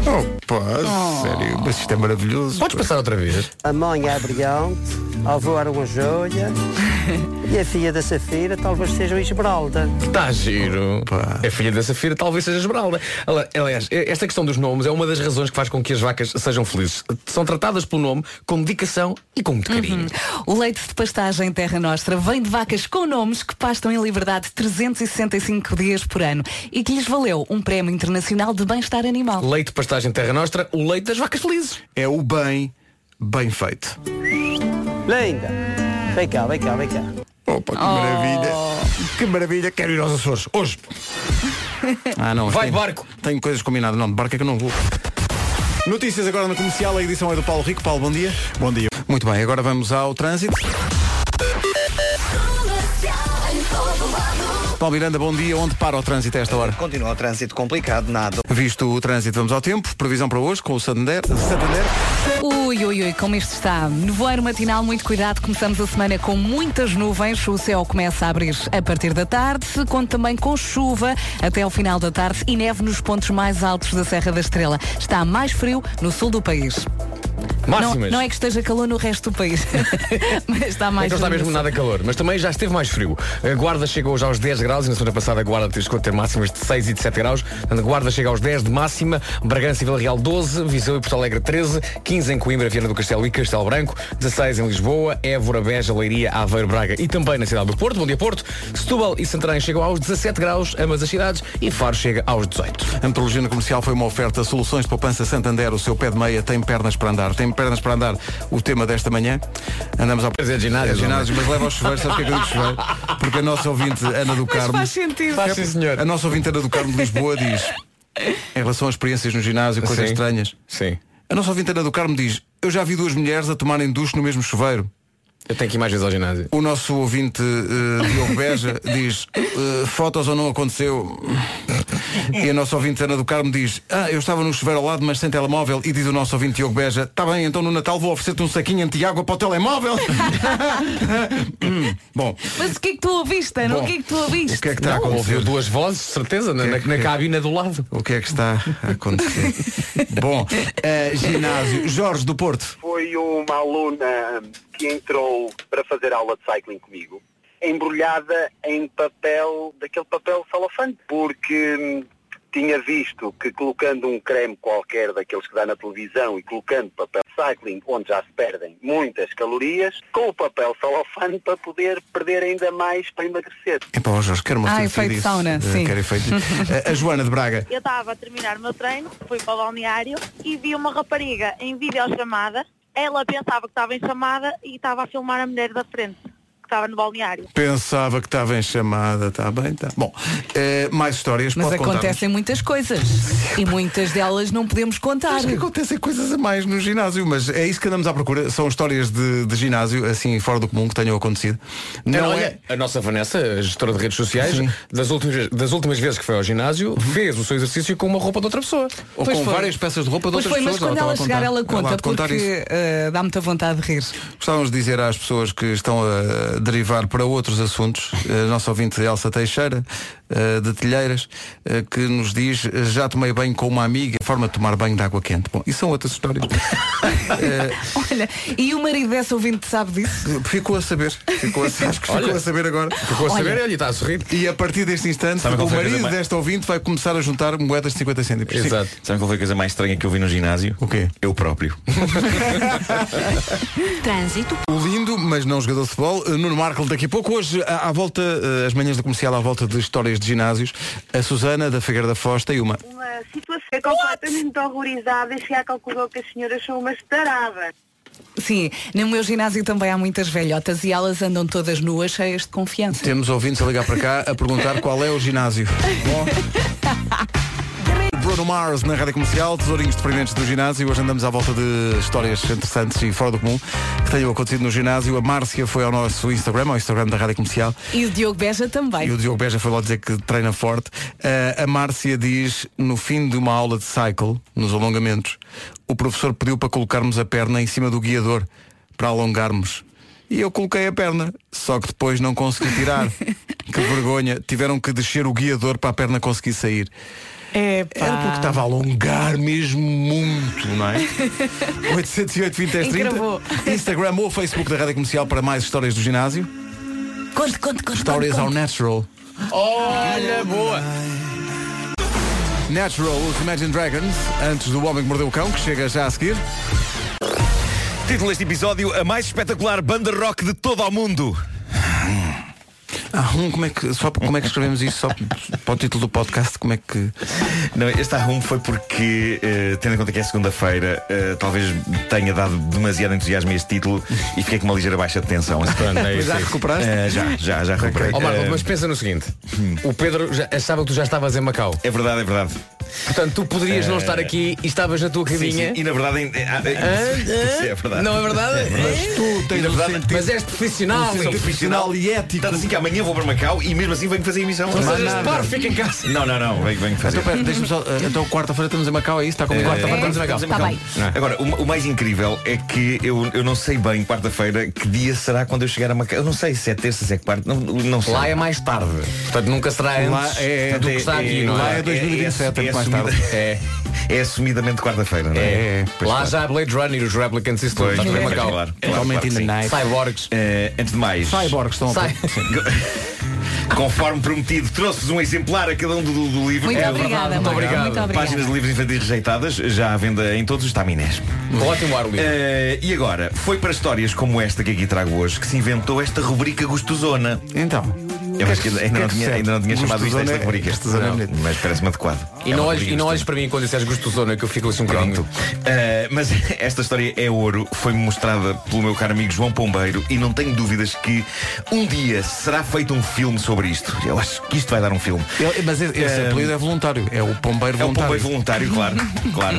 Speaker 1: Opa, sério, mas isto é maravilhoso.
Speaker 4: Podes passar outra vez?
Speaker 9: A mãe é a brilhante, a avó era uma joia e a filha da Safira talvez seja uma esmeralda.
Speaker 4: Está giro. A filha da Safira talvez seja esmeralda. Ala- Aliás, esta questão dos nomes é uma das razões que faz com que as vacas sejam felizes. São tratadas pelo nome com dedicação e com muito carinho.
Speaker 2: O leite de pastagem Terra Nostra vem de vacas com nomes que pastam em liberdade 365 dias por ano e que lhes valeu um prémio internacional de bem-estar animal.
Speaker 4: Leite de pastagem Terra Nostra, o leite das vacas felizes.
Speaker 1: É o bem, bem feito.
Speaker 9: Linda! Vem cá, vem cá, vem cá.
Speaker 1: Opa, que maravilha. Que maravilha, quero ir aos Açores. Hoje. Ah, não.
Speaker 4: Vai
Speaker 1: tenho-
Speaker 4: de barco.
Speaker 1: Tenho coisas combinadas. Não, de barco é que eu não vou. Notícias agora na comercial. A edição é do Paulo Rico. Paulo, bom dia.
Speaker 7: Bom dia.
Speaker 1: Muito bem, agora vamos ao trânsito. Paulo Miranda, bom dia. Onde para o trânsito a esta hora?
Speaker 3: Continua o trânsito complicado, nada.
Speaker 1: Visto o trânsito, vamos ao tempo. Previsão para hoje com o Santander. Santander.
Speaker 2: Ui, ui, ui, como isto está. Nevoeiro matinal, muito cuidado. Começamos a semana com muitas nuvens. O céu começa a abrir a partir da tarde. Conto também com chuva até ao final da tarde e neve nos pontos mais altos da Serra da Estrela. Está mais frio no sul do país. Não,
Speaker 4: Máximas.
Speaker 2: não é que esteja calor no resto do país, mas está mais
Speaker 4: Então está
Speaker 2: frio no
Speaker 4: mesmo
Speaker 2: sul.
Speaker 4: nada calor, mas também já esteve mais frio. A Guarda chegou hoje aos 10 graus e na semana passada a Guarda chegou a ter máximas de 6 e de 7 graus. Portanto, a Guarda chega aos 10 de máxima, Bragança e Vila Real 12, Viseu e Porto Alegre 13, 15 em Coimbra, Viana do Castelo e Castelo Branco, 16 em Lisboa, Évora, Beja, Leiria, Aveiro, Braga e também na cidade do Porto. Bom dia Porto. Setúbal e Santarém chegam aos 17 graus, ambas as cidades, e Faro chega aos 18.
Speaker 1: A metrologia no comercial foi uma oferta Soluções de Poupança Santander. O seu pé de meia tem pernas para andar. Tem pernas para andar o tema desta manhã. Andamos ao
Speaker 4: Quer dizer, ginásio, não é?
Speaker 1: ginásio, mas leva ao chuveiro. Sabes o que é que eu digo chuveiro? Porque a nossa ouvinte Ana do
Speaker 2: Mas
Speaker 1: Carmo.
Speaker 2: faz sentido.
Speaker 4: Faz sim, senhor.
Speaker 1: A nossa ouvinte Ana do Carmo de Lisboa diz em relação a experiências no ginásio, coisas
Speaker 4: Sim.
Speaker 1: estranhas.
Speaker 4: Sim.
Speaker 1: A nossa ouvinte Ana do Carmo diz eu já vi duas mulheres a tomarem duche no mesmo chuveiro.
Speaker 4: Eu tenho que ir mais vezes ao ginásio.
Speaker 1: O nosso ouvinte eh, Diogo Beja diz eh, fotos ou não aconteceu. E a nossa ouvinte Ana do Carmo diz Ah, eu estava no chuveiro ao lado, mas sem telemóvel E diz o nosso ouvinte Diogo Beja Tá bem, então no Natal vou oferecer-te um saquinho anti-água para o telemóvel Hum, Bom,
Speaker 2: Mas o que é que tu ouviste, Ana?
Speaker 1: Bom,
Speaker 2: O que é que tu ouviste?
Speaker 1: o que é que está a
Speaker 4: Ouviu
Speaker 1: acontecer?
Speaker 4: duas vozes, de certeza, na, na,
Speaker 1: Que- é?
Speaker 4: na
Speaker 1: que-
Speaker 4: cabina do lado.
Speaker 1: O que é que está a acontecer? Bom, eh, ginásio Jorge do Porto
Speaker 10: foi uma aluna que entrou para fazer aula de cycling comigo, embrulhada em papel, daquele papel salafante, porque hum, tinha visto que colocando um creme qualquer daqueles que dá na televisão e colocando papel cycling, onde já se perdem muitas calorias, com o papel salafante para poder perder ainda mais para emagrecer.
Speaker 1: Epá, ó Jorge, quero uma
Speaker 2: Ah,
Speaker 1: fotografia
Speaker 2: efeito
Speaker 1: disso.
Speaker 2: sauna,
Speaker 1: Eh,
Speaker 2: sim.
Speaker 1: Quero efeito. Eh, A Joana de Braga
Speaker 11: Eu estava a terminar o meu treino, fui para o balneário e vi uma rapariga em videochamada. Ela pensava que estava em chamada e estava a filmar a mulher da frente, que estava no balneário.
Speaker 1: Pensava que estava em chamada, está bem, está. Bom, eh, mais histórias,
Speaker 2: Mas
Speaker 1: pode contar-nos?
Speaker 2: acontecem muitas coisas. E muitas delas não podemos contar.
Speaker 1: Acho que acontecem coisas a mais no ginásio, mas é isso que andamos à procura. São histórias de, de ginásio, assim, fora do comum, que tenham acontecido. Não é.
Speaker 4: A nossa Vanessa, a gestora de redes sociais,
Speaker 1: Sim.
Speaker 4: das últimas, das últimas vezes que foi ao ginásio, fez o seu exercício com uma roupa de outra pessoa.
Speaker 1: Ou
Speaker 2: Pois
Speaker 1: com
Speaker 2: foi.
Speaker 1: várias peças de roupa de
Speaker 2: Pois
Speaker 1: outras
Speaker 2: foi, mas
Speaker 1: pessoas.
Speaker 2: quando
Speaker 1: estava
Speaker 2: ela
Speaker 1: a
Speaker 2: chegar,
Speaker 1: contar.
Speaker 2: ela
Speaker 1: estava
Speaker 2: conta,
Speaker 1: a contar isso.
Speaker 2: porque eh, dá muita vontade de rir.
Speaker 1: Gostávamos de dizer às pessoas que estão a derivar para outros assuntos, a nossa ouvinte Elsa Teixeira, eh, de Telheiras, eh, que nos diz já tomei banho com uma amiga, forma de tomar banho de água quente. Bom, isso são outras histórias.
Speaker 2: Olha, e o marido dessa ouvinte sabe disso?
Speaker 1: ficou a saber. Ficou a, acho que ficou
Speaker 4: Olha.
Speaker 1: a saber agora.
Speaker 4: Ficou a saber,
Speaker 2: Olha.
Speaker 4: ele está a sorrir.
Speaker 1: E a partir deste instante,
Speaker 7: Sabe qual
Speaker 1: o
Speaker 7: foi a coisa
Speaker 1: marido
Speaker 7: mais-
Speaker 1: desta ouvinte vai começar a juntar moedas de 50 cêntimos. Sim.
Speaker 4: Exato.
Speaker 7: Sabe qual foi a coisa mais estranha que eu vi no ginásio?
Speaker 1: O quê?
Speaker 7: Eu próprio.
Speaker 11: Trânsito.
Speaker 1: O lindo, mas não jogador de futebol, eh, Nuno Marco daqui a pouco. Hoje, à, à volta, eh, as manhãs da comercial, à volta de histórias de ginásios, a Susana da Figueira da Foz tem uma.
Speaker 11: Uma situação completamente horrorizada e chegar calculou que as senhoras são umas taradas.
Speaker 2: Sim, no meu ginásio também há muitas velhotas e elas andam todas nuas, cheias de confiança.
Speaker 1: Temos ouvintes a ligar para cá a perguntar qual é o ginásio. Bom. Bruno Mars na rádio comercial, tesourinhos de experimentos do ginásio. Hoje andamos à volta de histórias interessantes e fora do comum que tenham acontecido no ginásio. A Márcia foi ao nosso Instagram, ao Instagram da rádio comercial,
Speaker 2: E o Diogo Beja
Speaker 1: E
Speaker 2: também.
Speaker 1: o Diogo Beja foi lá dizer que treina forte. Ah, a Márcia diz, no fim de uma aula de cycle, nos alongamentos, o professor pediu para colocarmos a perna em cima do guiador, para alongarmos. E eu coloquei a perna, só que depois não consegui tirar. que vergonha. Tiveram que descer o guiador para a perna conseguir sair.
Speaker 2: É
Speaker 1: Era porque estava a alongar mesmo muito, não é? 808 20 10 30
Speaker 2: Encravou.
Speaker 1: Instagram ou Facebook da Rádio Comercial para mais histórias do ginásio.
Speaker 2: Conte, conte, conte.
Speaker 1: Stories
Speaker 2: conte,
Speaker 1: ao
Speaker 2: conte.
Speaker 1: natural.
Speaker 4: Olha, boa!
Speaker 1: Natural, os Imagine Dragons, antes do Homem que Mordeu o Cão, que chega já a seguir.
Speaker 7: Título deste episódio, a mais espetacular banda rock de todo o mundo.
Speaker 1: Ah, hum, como é que, só, como é que escrevemos isso? Só para o título do podcast, como é que...
Speaker 7: Não, este arrumo foi porque, eh, tendo em conta que é segunda-feira, eh, talvez tenha dado demasiado entusiasmo a este título e fiquei com uma ligeira baixa de tensão.
Speaker 4: Pronto, é isso.
Speaker 1: Já recuperaste?
Speaker 7: Eh, já, já, já recuperei.
Speaker 4: Ó Marco,
Speaker 7: Eh, hum.
Speaker 4: mas pensa no seguinte, o Pedro já achava que tu já estavas em Macau.
Speaker 7: é verdade, é verdade.
Speaker 4: Portanto, tu poderias não estar aqui e estavas na tua
Speaker 7: Eh, Sim, sim.
Speaker 4: caminha.
Speaker 7: E na verdade, em- eh, ah, eh, isso, isso é verdade.
Speaker 4: Não é verdade?
Speaker 1: Tu tens
Speaker 7: Na
Speaker 1: o
Speaker 7: verdade,
Speaker 1: sentido
Speaker 4: Mas és profissional.
Speaker 1: Sim, sim. é profissional e ético.
Speaker 7: Tanto assim que amanhã vou para Macau e mesmo assim venho fazer emissão.
Speaker 4: Não
Speaker 7: Mas-
Speaker 4: sejas par, fica em casa.
Speaker 7: Não, não, não, venho, venho fazer.
Speaker 1: Então, pera, deixa-me só... eh, Então, quarta-feira estamos em Macau, é isso? Está como quarta-feira estamos em Macau.
Speaker 7: Estamos em
Speaker 2: Tá
Speaker 7: Macau.
Speaker 2: bem.
Speaker 7: Não é? Agora, o, o mais incrível é que eu, eu não sei bem quarta-feira que dia será quando eu chegar a Macau. Eu não sei se é terça, se é quarta, não, não sei.
Speaker 4: Lá é mais tarde. Portanto, nunca será antes
Speaker 1: Lá é-
Speaker 4: do que está aqui, não
Speaker 1: lá
Speaker 4: é?
Speaker 1: é 2027,
Speaker 7: é,
Speaker 1: mais tarde.
Speaker 7: É, é assumidamente quarta-feira, não é?
Speaker 1: É,
Speaker 7: Pois
Speaker 4: Lá
Speaker 7: claro.
Speaker 4: já há Blade Runner, os Replicants e tudo.
Speaker 7: Pois,
Speaker 4: Estás
Speaker 7: pois,
Speaker 4: bem,
Speaker 7: pois,
Speaker 4: Macau.
Speaker 7: claro, claro,
Speaker 1: Totalmente
Speaker 7: claro que
Speaker 1: in the
Speaker 7: sim.
Speaker 1: night.
Speaker 4: Cyborgs.
Speaker 7: Eh, antes de mais,
Speaker 1: Cyborgs estão a...
Speaker 4: Sai.
Speaker 7: conforme prometido, trouxe-vos um exemplar a cada um do, do livro.
Speaker 2: Muito
Speaker 7: É,
Speaker 2: obrigada,
Speaker 4: Muito
Speaker 2: Marco,
Speaker 4: obrigado.
Speaker 2: Muito
Speaker 7: Páginas
Speaker 2: obrigada.
Speaker 7: de livros infantis rejeitadas, já à venda em todos os taminés.
Speaker 4: Ótimo ar
Speaker 8: É.
Speaker 4: livre.
Speaker 7: Eh, e agora, foi para histórias como esta que aqui trago hoje que se inventou esta rubrica Gostosona.
Speaker 1: Então...
Speaker 7: Eu acho que
Speaker 1: O que é que
Speaker 7: ainda, ainda não
Speaker 1: se
Speaker 7: tinha,
Speaker 1: sente?
Speaker 7: ainda não tinha chamado isto a
Speaker 1: Gostosona
Speaker 7: esta
Speaker 1: é-
Speaker 7: rubrica.
Speaker 1: Gostosona é
Speaker 7: Não,
Speaker 1: bonito.
Speaker 7: mas parece-me adequado.
Speaker 4: E
Speaker 7: É
Speaker 4: não
Speaker 7: uma
Speaker 4: olhes-
Speaker 7: rubrica
Speaker 4: e não olhes
Speaker 7: gostosona.
Speaker 4: para mim quando disseres gostosona, que eu fico assim um
Speaker 7: Pronto.
Speaker 4: bocadinho.
Speaker 7: Eh, mas esta história é ouro, foi-me mostrada pelo meu caro amigo João Pombeiro e não tenho dúvidas que um dia será feito um filme sobre isto. Eu acho que isto vai dar um filme.
Speaker 1: Ele- mas esse, esse
Speaker 7: Eh,
Speaker 1: apelido é voluntário, é o Pombeiro
Speaker 7: É um
Speaker 1: Voluntário.
Speaker 7: pombeiro voluntário, claro. claro.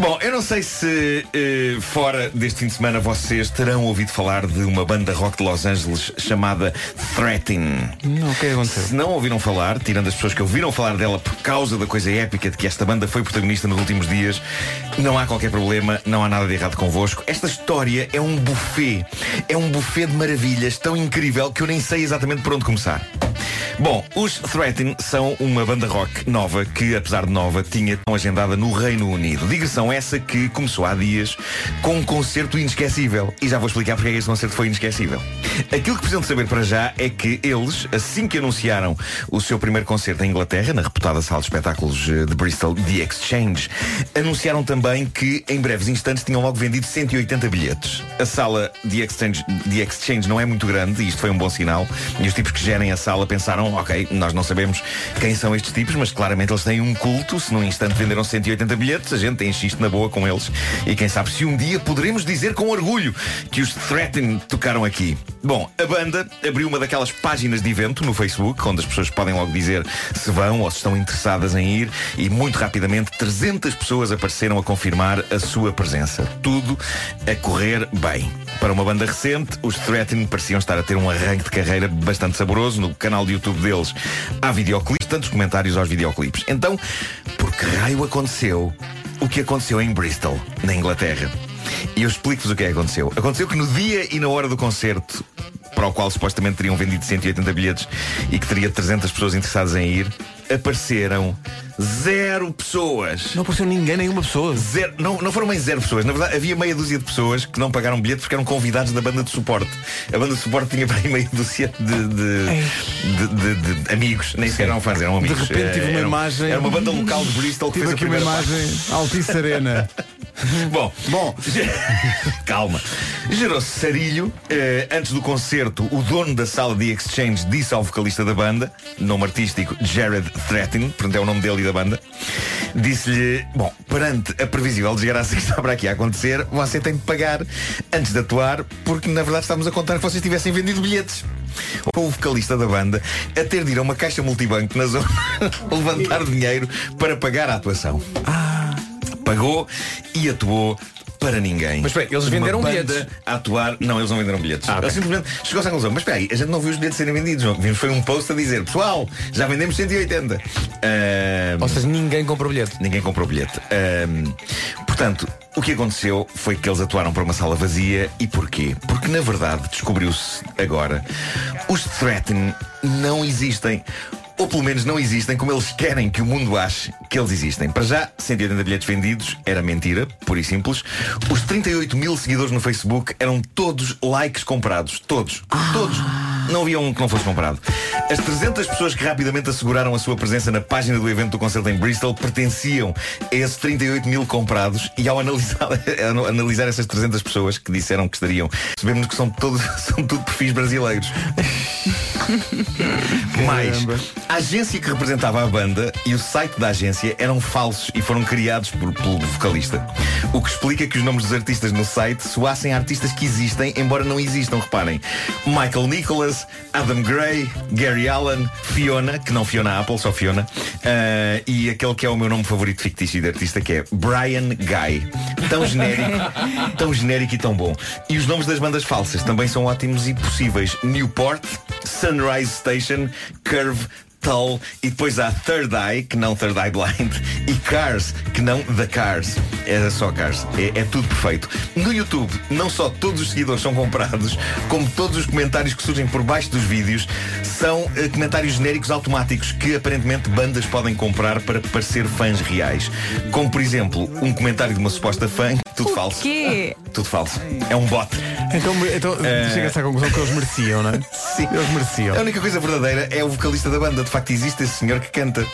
Speaker 7: Bom, eu não sei se eh, fora deste fim de semana vocês terão ouvido falar de uma banda rock rock de Los Angeles chamada Threaten.
Speaker 1: Não, o que é que aconteceu?
Speaker 7: Se não ouviram falar, tirando as pessoas que ouviram falar dela por causa da coisa épica de que esta banda foi protagonista nos últimos dias, não há qualquer problema, não há nada de errado convosco. Esta história é um buffet. É um buffet de maravilhas tão incrível que eu nem sei exatamente por onde começar. Bom, os Threaten são uma banda rock nova que, apesar de nova, tinha tão agendada no Reino Unido. Digressão essa que começou há dias com um concerto inesquecível. E já vou explicar porque é que este concerto foi inesquecível. Aquilo que precisam de saber para já é que eles, assim que anunciaram o seu primeiro concerto em Inglaterra, na reputada sala de espetáculos eh, de Bristol, The Exchange, anunciaram também que em breves instantes tinham logo vendido 180 bilhetes. A sala The Exchange, The Exchange não é muito grande e isto foi um bom sinal. E os tipos que gerem a sala pensaram, ok, nós não sabemos quem são estes tipos, mas claramente eles têm um culto. Se num instante venderam 180 bilhetes, a gente enche isto na boa com eles. E quem sabe se um dia poderemos dizer com orgulho que os Threaten tocaram aqui. Bom, a banda abriu uma daquelas páginas de evento no Facebook, onde as pessoas podem logo dizer se vão ou se estão interessadas em ir. E muito rapidamente 300 pessoas apareceram a confirmar a sua presença. Tudo a correr bem. Para uma banda recente, os Threaten pareciam estar a ter um arranque de carreira bastante saboroso. No canal de YouTube deles há videoclipes, tantos comentários aos videoclipes. Então, por que raio aconteceu o que aconteceu em Bristol, na Inglaterra? E eu explico-vos o que é que aconteceu. Aconteceu que no dia e na hora do concerto, para o qual supostamente teriam vendido 180 bilhetes e que teria 300 pessoas interessadas em ir, apareceram zero pessoas.
Speaker 1: Não apareceu ninguém, nenhuma pessoa.
Speaker 7: Zero, não, não foram bem zero pessoas. Na verdade, havia meia dúzia de pessoas que não pagaram bilhete porque eram convidados da banda de suporte. A banda de suporte tinha para aí meia dúzia de, de, de- de- de amigos. Nem sequer eram fãs, eram
Speaker 1: De
Speaker 7: amigos.
Speaker 1: repente tive
Speaker 7: Eh,
Speaker 1: uma
Speaker 7: eram-
Speaker 1: imagem.
Speaker 7: Era uma banda local de Bristol tipo, que
Speaker 1: Tive
Speaker 7: fez a
Speaker 1: aqui uma
Speaker 7: primeira
Speaker 1: imagem Altice Arena.
Speaker 7: Bom, bom. Calma. Gerou-se sarilho. Eh, antes do concerto, o dono da sala de exchange disse ao vocalista da banda, nome artístico Jared Threaten, portanto é o nome dele e da banda, disse-lhe, bom, perante a previsível desgraça que está para aqui a acontecer, você tem de pagar antes de atuar, porque na verdade estamos a contar que vocês tivessem vendido bilhetes. O vocalista da banda a ter de ir a uma caixa multibanco na zona levantar dinheiro para pagar a atuação pagou e atuou para ninguém. Mas
Speaker 4: espera, eles venderam
Speaker 7: Uma banda
Speaker 4: bilhetes. Ah,
Speaker 7: A atuar, não, eles não venderam bilhetes.
Speaker 4: ok.
Speaker 7: Eles simplesmente chegou-se à conclusão, mas espera aí, a gente não viu os bilhetes serem vendidos. não. Vimos foi um post a dizer, pessoal, já vendemos 180. Ou seja, ninguém comprou bilhete. Ninguém comprou bilhete. Ahm, portanto, o que aconteceu foi que eles atuaram para uma sala vazia e porquê? Porque na verdade descobriu-se agora, os Threaten não existem. Ou pelo menos não existem como eles querem que o mundo ache que eles existem. Para já, 180 bilhetes vendidos era mentira, pura e simples. Os 38 mil seguidores no Facebook eram todos likes comprados. Todos. Todos. Não havia um que não fosse comprado. As 300 pessoas que rapidamente asseguraram a sua presença na página do evento do concerto em Bristol pertenciam a esses 38 mil comprados e ao analisar, ano- analisar essas 300 pessoas que disseram que estariam, sabemos que são, todos, são tudo perfis brasileiros. Mais, a agência que representava a banda e o site da agência eram falsos e foram criados por, pelo vocalista. O que explica que os nomes dos artistas no site soassem a artistas que existem, embora não existam, reparem. Michael Nicholas, Adam Gray, Gary Allen, Fiona, que não Fiona Apple, só Fiona, ah, e aquele que é o meu nome favorito fictício de artista, que é Brian Guy. Tão genérico, tão genérico e tão bom. E os nomes das bandas falsas também são ótimos e possíveis. Newport, Sunrise Station, Curve, Tull e depois há Third Eye, que não Third Eye Blind, e Cars, que não The Cars. É só Cars. É, é tudo perfeito. No YouTube, não só todos os seguidores são comprados, como todos os comentários que surgem por baixo dos vídeos são eh, comentários genéricos automáticos que aparentemente bandas podem comprar para parecer fãs reais. Como por exemplo, um comentário de uma suposta fã, tudo falso.
Speaker 2: quê?
Speaker 7: Tudo falso. É um bot.
Speaker 1: Então, então
Speaker 7: Eh,
Speaker 1: chega-se à conclusão que eles mereciam, não é?
Speaker 7: Sim.
Speaker 1: Eles mereciam.
Speaker 7: A única coisa verdadeira é o vocalista da banda. De facto, existe esse senhor que canta.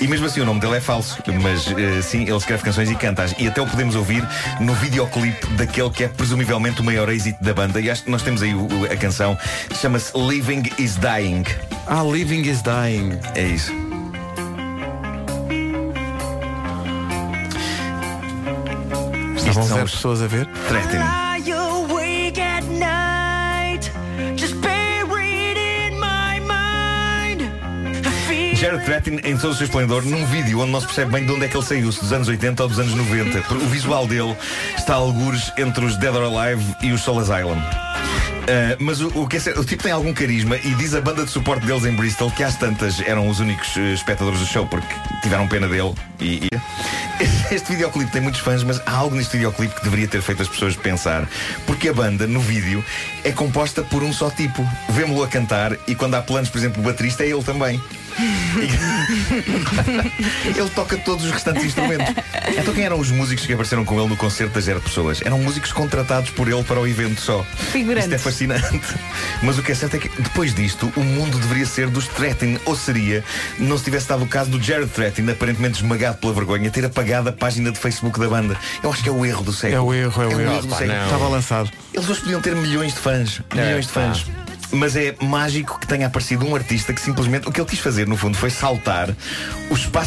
Speaker 7: E mesmo assim o nome dele é falso. Mas eh, sim, ele escreve canções e canta. E até o podemos ouvir no videoclipe daquele que é presumivelmente o maior êxito da banda. E acho que nós temos aí o- o- a canção. Chama-se Living is Dying.
Speaker 1: Ah, Living is Dying.
Speaker 7: É isso.
Speaker 1: Estavam zero pessoas a ver.
Speaker 7: Threaten.
Speaker 12: Lie awake at night, just buried in my mind. I feel
Speaker 7: Jared Threatin em todo o seu esplendor num vídeo onde não se percebe bem de onde é que ele saiu, se dos anos 80 ou dos anos 90. O visual dele está a algures entre os Dead or Alive e os Soul Asylum.
Speaker 3: Ah, mas o, o que é certo, o tipo tem algum carisma e diz a banda de suporte deles em Bristol que às tantas eram os únicos eh, espectadores do show porque tiveram pena dele e, e- este videoclipe tem muitos fãs, mas há algo neste videoclipe que deveria ter feito as pessoas pensar, porque a banda no vídeo é composta por um só tipo. Vemo-lo a cantar e quando há planos, por exemplo, o baterista é ele também. ele toca todos os restantes instrumentos. Então quem eram os músicos que apareceram com ele no concerto das zero pessoas? Eram músicos contratados por ele para o evento só. Isto é
Speaker 2: Figurantes.
Speaker 3: fascinante. Mas o que é certo é que depois disto, o mundo deveria ser dos Threaten, ou seria, não se tivesse dado o caso do Jared Threaten, aparentemente esmagado pela vergonha, ter apagado a página de Facebook da banda. Eu acho que é o erro do século.
Speaker 1: É o erro, é o erro.
Speaker 3: do
Speaker 1: Opa,
Speaker 3: século. Então,
Speaker 1: não. Estava lançado.
Speaker 3: Eles hoje podiam ter milhões de fãs. Milhões de fãs. Mas é mágico que tenha aparecido um artista que simplesmente o que ele quis fazer, no fundo, foi saltar o espaço